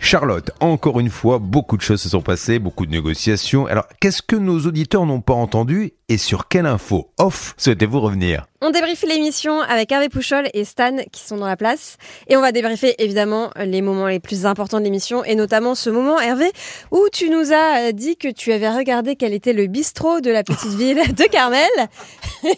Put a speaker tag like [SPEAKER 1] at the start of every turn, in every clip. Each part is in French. [SPEAKER 1] Charlotte, encore une fois, beaucoup de choses se sont passées, beaucoup de négociations. Alors, qu'est-ce que nos auditeurs n'ont pas entendu et sur quelle info off souhaitez-vous revenir
[SPEAKER 2] On débriefe l'émission avec Hervé Pouchol et Stan qui sont dans la place. Et on va débriefer évidemment les moments les plus importants de l'émission et notamment ce moment, Hervé, où tu nous as dit que tu avais regardé quel était le bistrot de la petite ville de Carmel.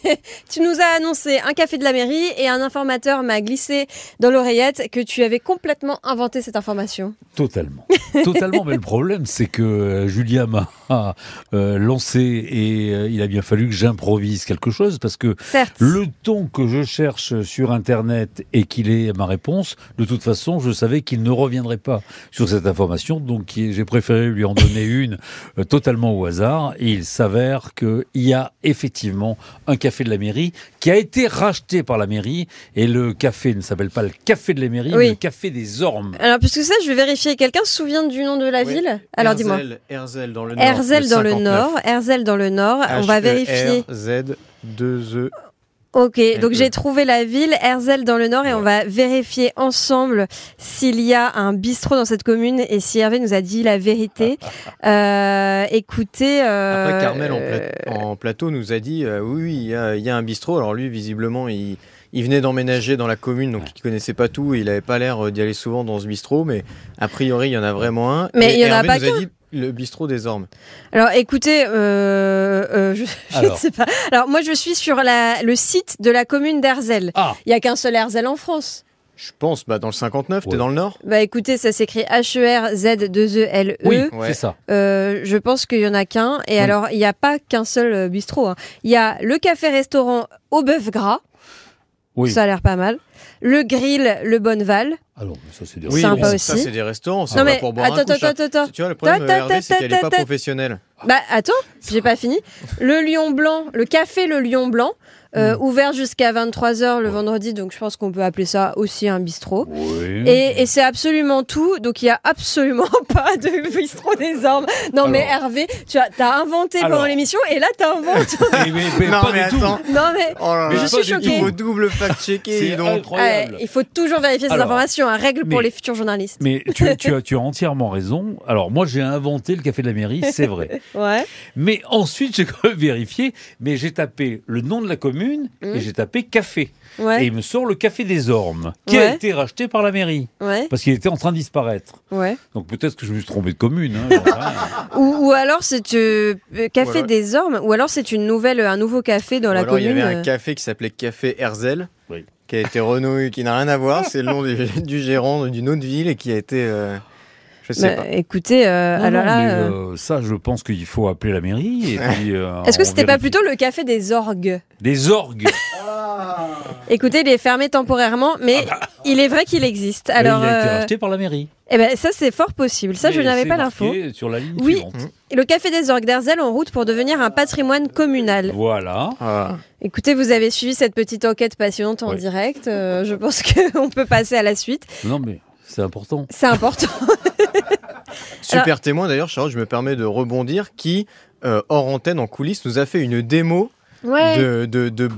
[SPEAKER 2] tu nous as annoncé un café de la mairie et un informateur m'a glissé dans l'oreillette que tu avais complètement inventé cette information.
[SPEAKER 3] Totalement. Totalement. Mais le problème, c'est que euh, Julien m'a euh, lancé et euh, il a bien fallu que j'improvise quelque chose parce que
[SPEAKER 2] Certes.
[SPEAKER 3] le ton que je cherche sur Internet et qu'il est ma réponse, de toute façon, je savais qu'il ne reviendrait pas sur cette information. Donc, qui- j'ai préféré lui en donner une euh, totalement au hasard. Et il s'avère qu'il y a effectivement un café de la mairie qui a été racheté par la mairie. Et le café ne s'appelle pas le café de la mairie,
[SPEAKER 2] Oui.
[SPEAKER 3] mais le café des ormes.
[SPEAKER 2] Alors, puisque ça, je vais vérifier. Quelqu'un se souvient du nom de la
[SPEAKER 4] Oui.
[SPEAKER 2] ville Alors, dis-moi.
[SPEAKER 4] Herzl, Herzl dans le E nord.
[SPEAKER 2] Herzel dans le nord, Herzel dans le nord, on va vérifier.
[SPEAKER 4] Z 2 E.
[SPEAKER 2] Ok, donc
[SPEAKER 4] peu.
[SPEAKER 2] j'ai trouvé la ville, Herzel dans le nord, et on va vérifier ensemble s'il y a un bistrot dans cette commune et si Hervé nous a dit la vérité.
[SPEAKER 4] Ah,
[SPEAKER 2] Euh, écoutez. euh,
[SPEAKER 4] Après, Carmel en,
[SPEAKER 2] euh,
[SPEAKER 4] pla- en plateau nous a dit euh, oui, oui, il y, a- il y a un bistrot. Alors lui, visiblement, il, il venait d'emménager dans la commune, donc il connaissait pas tout. Il avait pas l'air euh, d'y aller souvent dans ce bistrot, mais a priori, il y en a vraiment un.
[SPEAKER 2] Mais
[SPEAKER 4] Et
[SPEAKER 2] il y en a
[SPEAKER 4] Hervé
[SPEAKER 2] pas
[SPEAKER 4] nous
[SPEAKER 2] qu'un.
[SPEAKER 4] a dit le bistrot des ormes.
[SPEAKER 2] Alors écoutez, euh, euh, je, je ne
[SPEAKER 3] Alors.
[SPEAKER 2] sais pas. Alors moi je suis sur la, le site de la commune d'Herzel.
[SPEAKER 3] Ah
[SPEAKER 2] Il n'y a qu'un seul Herzel en France.
[SPEAKER 4] Je pense, bah, dans le 59,
[SPEAKER 3] Ouais.
[SPEAKER 4] t'es dans le nord
[SPEAKER 2] Bah écoutez, ça s'écrit E H-E-R-Z-2-E-L-E.
[SPEAKER 3] oui,
[SPEAKER 4] Ouais.
[SPEAKER 3] c'est ça.
[SPEAKER 2] E. Euh, je pense qu'il y en a qu'un. Et alors, il n'y a pas qu'un seul euh, bistrot. hein. Il y a le café-restaurant au bœuf gras.
[SPEAKER 3] Oui.
[SPEAKER 2] Ça a l'air pas mal. Le grill, le Bonneval.
[SPEAKER 3] Ah bah, non, mais ça c'est des
[SPEAKER 2] Oui,
[SPEAKER 3] raisons.
[SPEAKER 2] Sympa aussi.
[SPEAKER 4] Ça, c'est des restaurants. C'est
[SPEAKER 2] non,
[SPEAKER 4] pas
[SPEAKER 2] mais
[SPEAKER 4] pour boire
[SPEAKER 2] attends,
[SPEAKER 4] un coup,
[SPEAKER 2] attends,
[SPEAKER 4] Charles.
[SPEAKER 2] attends, attends.
[SPEAKER 4] Tu vois, le problème,
[SPEAKER 2] Ta- ta-
[SPEAKER 4] Hervé, c'est qu'elle n'est
[SPEAKER 2] ta-
[SPEAKER 4] pas
[SPEAKER 2] ta-
[SPEAKER 4] professionnelle.
[SPEAKER 2] Bah, attends, j'ai pas fini. Le Lion Blanc, le café Le Lion Blanc, euh, ouvert jusqu'à 23h le
[SPEAKER 3] Hmm. Ouais.
[SPEAKER 2] vendredi. Donc, je pense qu'on peut appeler ça aussi un bistrot.
[SPEAKER 3] Oui.
[SPEAKER 2] Et, et c'est absolument tout. Donc, il n'y a absolument pas de bistrot des armes. Non, mais
[SPEAKER 3] Alors.
[SPEAKER 2] Hervé, tu as, t'as inventé pendant
[SPEAKER 3] Alors.
[SPEAKER 2] l'émission et là, t'inventes.
[SPEAKER 3] Mais- mais- mais
[SPEAKER 4] Non,
[SPEAKER 3] pas
[SPEAKER 4] mais
[SPEAKER 3] du
[SPEAKER 4] attends.
[SPEAKER 3] tout.
[SPEAKER 2] non, mais.
[SPEAKER 4] Oh là
[SPEAKER 3] Mais
[SPEAKER 4] là.
[SPEAKER 2] je suis
[SPEAKER 3] pas du
[SPEAKER 2] choquée.
[SPEAKER 4] Il
[SPEAKER 3] tout.
[SPEAKER 4] faut double fact-checker,
[SPEAKER 3] C'est
[SPEAKER 4] donc.
[SPEAKER 3] incroyable.
[SPEAKER 2] Ouais, eh, il faut toujours vérifier ses
[SPEAKER 3] Alors,
[SPEAKER 2] informations, hein, règle pour
[SPEAKER 3] mais-
[SPEAKER 2] les futurs journalistes.
[SPEAKER 3] Mais tu, tu as, tu as entièrement raison. Alors moi j'ai inventé le café de la mairie, c'est vrai.
[SPEAKER 2] Ouais.
[SPEAKER 3] Mais ensuite j'ai quand même vérifié, mais j'ai tapé le nom de la commune
[SPEAKER 2] Mhm.
[SPEAKER 3] et j'ai tapé café. Et
[SPEAKER 2] Ouais.
[SPEAKER 3] il me sort le café des Ormes, qui
[SPEAKER 2] Ouais.
[SPEAKER 3] a été racheté par la mairie,
[SPEAKER 2] Ouais.
[SPEAKER 3] parce qu'il était en train de disparaître.
[SPEAKER 2] Ouais.
[SPEAKER 3] Donc peut-être que je me suis trompé de commune. hein, j'en sais rien.
[SPEAKER 2] Ou, ou alors c'est euh, euh, café
[SPEAKER 4] Ah, Ou alors-
[SPEAKER 2] des ormes, ou alors c'est une nouvelle, euh, un nouveau café dans
[SPEAKER 4] Ou
[SPEAKER 2] la
[SPEAKER 4] alors,
[SPEAKER 2] commune.
[SPEAKER 4] Il y avait
[SPEAKER 2] euh.
[SPEAKER 4] un café qui s'appelait Café Herzl,
[SPEAKER 3] Oui.
[SPEAKER 4] qui a été renoué, qui n'a rien à voir. C'est le nom du, du gérant d'une autre ville et qui a été. euh, je sais
[SPEAKER 2] Bah, écoutez, euh,
[SPEAKER 3] Non,
[SPEAKER 2] alors
[SPEAKER 3] non,
[SPEAKER 2] là,
[SPEAKER 3] mais,
[SPEAKER 2] euh,
[SPEAKER 3] euh, ça je pense qu'il faut appeler la mairie. et puis, euh,
[SPEAKER 2] est-ce que
[SPEAKER 3] on
[SPEAKER 2] c'était pas
[SPEAKER 3] vérifie.
[SPEAKER 2] plutôt le café des orgues
[SPEAKER 3] des orgues
[SPEAKER 4] pas.
[SPEAKER 2] Écoutez, il est fermé temporairement, mais
[SPEAKER 4] Ah bah.
[SPEAKER 2] il est vrai qu'il existe.
[SPEAKER 3] Mais
[SPEAKER 2] Alors,
[SPEAKER 3] Il a été
[SPEAKER 2] euh,
[SPEAKER 3] racheté par la mairie.
[SPEAKER 2] eh ben, ça c'est fort possible. Ça, je
[SPEAKER 3] Mais
[SPEAKER 2] n'avais
[SPEAKER 3] c'est
[SPEAKER 2] pas l'info.
[SPEAKER 3] marqué Sur la ligne
[SPEAKER 2] Oui.
[SPEAKER 3] suivante.
[SPEAKER 2] Et Le café des orgues d'Herzel en route pour devenir un patrimoine communal.
[SPEAKER 3] Voilà.
[SPEAKER 2] euh,
[SPEAKER 4] Ah.
[SPEAKER 2] Écoutez, vous avez suivi cette petite enquête passionnante en
[SPEAKER 3] Oui.
[SPEAKER 2] direct. Euh, je pense qu'on peut passer à la suite.
[SPEAKER 3] Non mais c'est important.
[SPEAKER 2] C'est important.
[SPEAKER 4] Super témoin d'ailleurs, Charles, je me permets de rebondir, qui, euh, hors antenne, en coulisses, nous a fait une démo
[SPEAKER 2] Ouais.
[SPEAKER 4] de. de, de-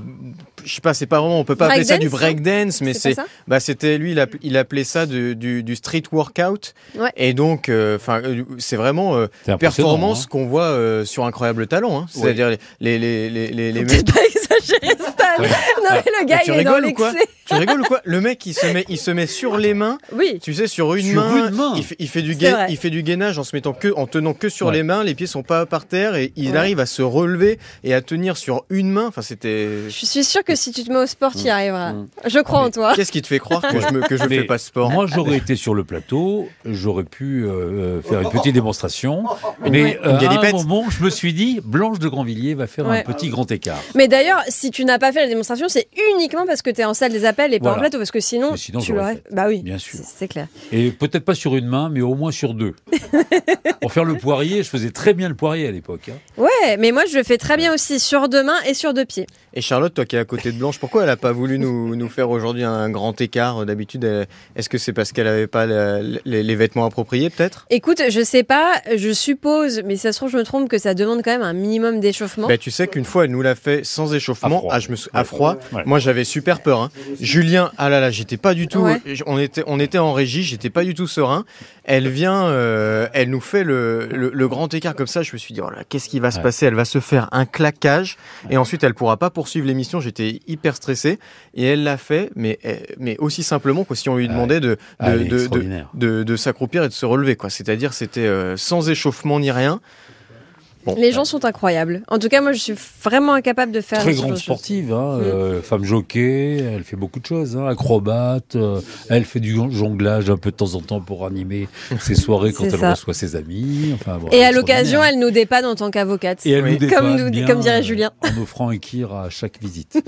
[SPEAKER 4] je sais pas, c'est pas vraiment, on peut pas appeler ça du
[SPEAKER 2] Breakdance,
[SPEAKER 4] breakdance, mais c'est
[SPEAKER 2] pas ça
[SPEAKER 4] Bah, c'était lui, il, app- il appelait ça du, du- du street workout.
[SPEAKER 2] Ouais.
[SPEAKER 4] Et donc, euh, enfin, c'est vraiment euh,
[SPEAKER 3] C'est impressionnant,
[SPEAKER 4] performance
[SPEAKER 3] hein.
[SPEAKER 4] qu'on voit euh, sur Incroyable Talent. hein. C'est-à-dire les, les, les, les, les
[SPEAKER 2] Faut
[SPEAKER 4] mecs.
[SPEAKER 2] peut-être pas exagérer Stan. Non, mais le gars,
[SPEAKER 3] Ah,
[SPEAKER 4] Mais tu
[SPEAKER 2] il est dans
[SPEAKER 4] rigoles ou quoi
[SPEAKER 2] l'excès.
[SPEAKER 4] Tu rigoles ou quoi Le mec, il se met, il se met sur les mains.
[SPEAKER 2] Oui.
[SPEAKER 4] Tu sais, sur une
[SPEAKER 3] Sur
[SPEAKER 4] main,
[SPEAKER 3] une main.
[SPEAKER 4] Il, fait, il fait du
[SPEAKER 2] C'est
[SPEAKER 4] gai-
[SPEAKER 2] vrai.
[SPEAKER 4] il fait du gainage en se mettant que, en tenant que sur
[SPEAKER 3] Ouais.
[SPEAKER 4] les mains. Les pieds sont pas par terre et il
[SPEAKER 2] Ouais.
[SPEAKER 4] arrive à se relever et à tenir sur une main. Enfin, c'était.
[SPEAKER 2] Je suis sûre que si tu te mets au sport, tu y
[SPEAKER 3] Mm.
[SPEAKER 2] arriveras.
[SPEAKER 3] Mm.
[SPEAKER 2] Je crois en toi.
[SPEAKER 4] Qu'est-ce qui te fait croire que je me, que je
[SPEAKER 3] Mais
[SPEAKER 4] fais pas ce sport
[SPEAKER 3] Moi, j'aurais été sur le plateau, j'aurais pu euh, euh, faire une petite démonstration, mais euh, à un
[SPEAKER 4] galipette.
[SPEAKER 3] moment, je me suis dit, Blanche de Grandvilliers va faire
[SPEAKER 2] Ouais.
[SPEAKER 3] un petit grand écart.
[SPEAKER 2] Mais d'ailleurs, si tu n'as pas fait la démonstration, c'est uniquement parce que tu es en salle des appels et pas en
[SPEAKER 3] Voilà.
[SPEAKER 2] plateau, parce que sinon,
[SPEAKER 3] Mais sinon,
[SPEAKER 2] tu
[SPEAKER 3] j'aurais
[SPEAKER 2] l'aurais.
[SPEAKER 3] fait.
[SPEAKER 2] Bah oui.
[SPEAKER 3] Bien sûr.
[SPEAKER 2] C'est- C'est clair.
[SPEAKER 3] Et peut-être pas sur une main, mais au moins sur deux. Pour faire le poirier, je faisais très bien le poirier à l'époque. hein.
[SPEAKER 2] Ouais, mais moi, je le fais très bien aussi sur deux mains et sur deux pieds.
[SPEAKER 4] Et Charlotte, toi qui es à côté de Blanche. Pourquoi elle n'a pas voulu nous, nous faire aujourd'hui un grand écart euh, D'habitude, elle- est-ce que c'est parce qu'elle n'avait pas la- les, les vêtements appropriés, peut-être
[SPEAKER 2] Écoute, je sais pas, je suppose, mais si ça se trouve, je me trompe que ça demande quand même un minimum d'échauffement.
[SPEAKER 4] Bah, Tu sais qu'une fois, elle nous l'a fait sans échauffement,
[SPEAKER 3] À froid.
[SPEAKER 4] Ah, je me sou- à froid.
[SPEAKER 3] Ouais.
[SPEAKER 4] Moi, j'avais super peur. hein. Julien, ah là là, j'étais pas du tout. euh,
[SPEAKER 2] Ouais.
[SPEAKER 4] j- On, était, on était en régie, j'étais pas du tout serein. Elle vient, euh, elle nous fait le, le- le grand écart comme ça. Je me suis dit, oh là, qu'est-ce qui va se
[SPEAKER 3] Ouais.
[SPEAKER 4] passer Elle va se faire un claquage et ensuite elle pourra pas poursuivre l'émission. J'étais hyper stressé et elle l'a fait, mais, eh, mais aussi simplement que si on lui
[SPEAKER 3] Ouais.
[SPEAKER 4] demandait de, de-
[SPEAKER 3] Ah, elle est
[SPEAKER 4] de- de-
[SPEAKER 3] extraordinaire.
[SPEAKER 4] de- de s'accroupir et de se relever. quoi. C'est-à-dire, c'était euh, sans échauffement ni rien. Bon,
[SPEAKER 2] Les gens sont incroyables. En tout cas, moi, je suis vraiment incapable de faire.
[SPEAKER 3] Très
[SPEAKER 2] ce genre
[SPEAKER 3] grande
[SPEAKER 2] de choses. Mm.
[SPEAKER 3] sportive, hein, euh, femme jockey, elle fait beaucoup de choses, hein, acrobate, euh, elle fait du jonglage un peu de temps en temps pour animer ses soirées quand
[SPEAKER 2] C'est
[SPEAKER 3] elle
[SPEAKER 2] ça.
[SPEAKER 3] reçoit ses amis. Enfin, voilà,
[SPEAKER 2] Et à
[SPEAKER 3] extraordinaire.
[SPEAKER 2] l'occasion, elle nous dépanne en tant qu'avocate.
[SPEAKER 3] Et elle
[SPEAKER 4] Oui.
[SPEAKER 3] nous
[SPEAKER 2] Comme
[SPEAKER 3] dépanne
[SPEAKER 2] nous-
[SPEAKER 3] bien,
[SPEAKER 2] comme dirait
[SPEAKER 3] euh,
[SPEAKER 2] Julien.
[SPEAKER 3] En offrant un kir à chaque visite.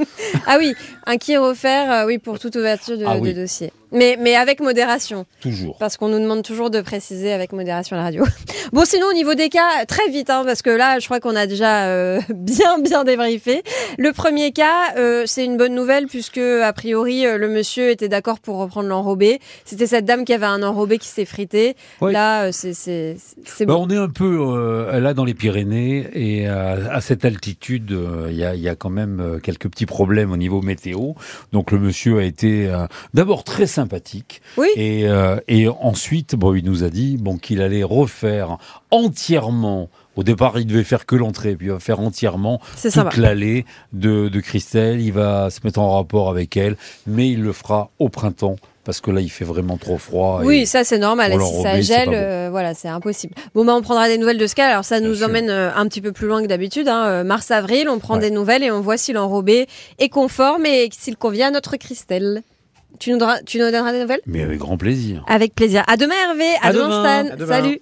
[SPEAKER 2] Ah oui, un qui est offert, euh, oui, pour toute ouverture de,
[SPEAKER 3] Ah
[SPEAKER 2] de
[SPEAKER 3] oui.
[SPEAKER 2] dossier. Mais, mais avec modération,
[SPEAKER 3] Toujours.
[SPEAKER 2] parce qu'on nous demande toujours de préciser avec modération à la radio. Bon, sinon, au niveau des cas, très vite, hein, parce que là, je crois qu'on a déjà euh, bien, bien débriefé. Le premier cas, euh, c'est une bonne nouvelle, puisque, a priori, euh, le monsieur était d'accord pour reprendre l'enrobé. C'était cette dame qui avait un enrobé qui s'est frité.
[SPEAKER 3] Oui.
[SPEAKER 2] Là, euh, c'est- c'est c'est
[SPEAKER 3] Bah,
[SPEAKER 2] bon.
[SPEAKER 3] on est un peu euh, là dans les Pyrénées et euh, à, à cette altitude, euh, il y, a, il y a quand même euh, quelques petits problèmes au niveau météo. Donc le monsieur a été euh, d'abord très sympathique
[SPEAKER 2] Oui.
[SPEAKER 3] et, euh, et ensuite bon, il nous a dit bon, qu'il allait refaire entièrement. Au départ, il devait faire que l'entrée, puis il va faire entièrement
[SPEAKER 2] C'est sympa.
[SPEAKER 3] toute l'allée de, de Christelle. Il va se mettre en rapport avec elle, mais il le fera au printemps parce que là, il fait vraiment trop froid. Ah, et-
[SPEAKER 2] Oui, ça c'est normal.
[SPEAKER 3] pour
[SPEAKER 2] Si ça
[SPEAKER 3] l'enrober, c'est
[SPEAKER 2] gèle,
[SPEAKER 3] pas beau.
[SPEAKER 2] euh, voilà, c'est impossible. Bon, bah, on prendra des nouvelles de ce cas. Alors ça
[SPEAKER 3] Bien
[SPEAKER 2] nous
[SPEAKER 3] sûr.
[SPEAKER 2] emmène euh, un petit peu plus loin que d'habitude. hein. Euh, Mars-avril, on prend
[SPEAKER 3] Ouais.
[SPEAKER 2] des nouvelles et on voit si l'enrobé est conforme et s'il convient à notre Christelle. Tu nous, donneras- tu nous donneras des nouvelles
[SPEAKER 3] mais avec grand plaisir.
[SPEAKER 2] Avec plaisir. À demain Hervé, à,
[SPEAKER 3] À
[SPEAKER 2] demain,
[SPEAKER 3] demain.
[SPEAKER 2] Stan.
[SPEAKER 4] À demain.
[SPEAKER 2] Salut.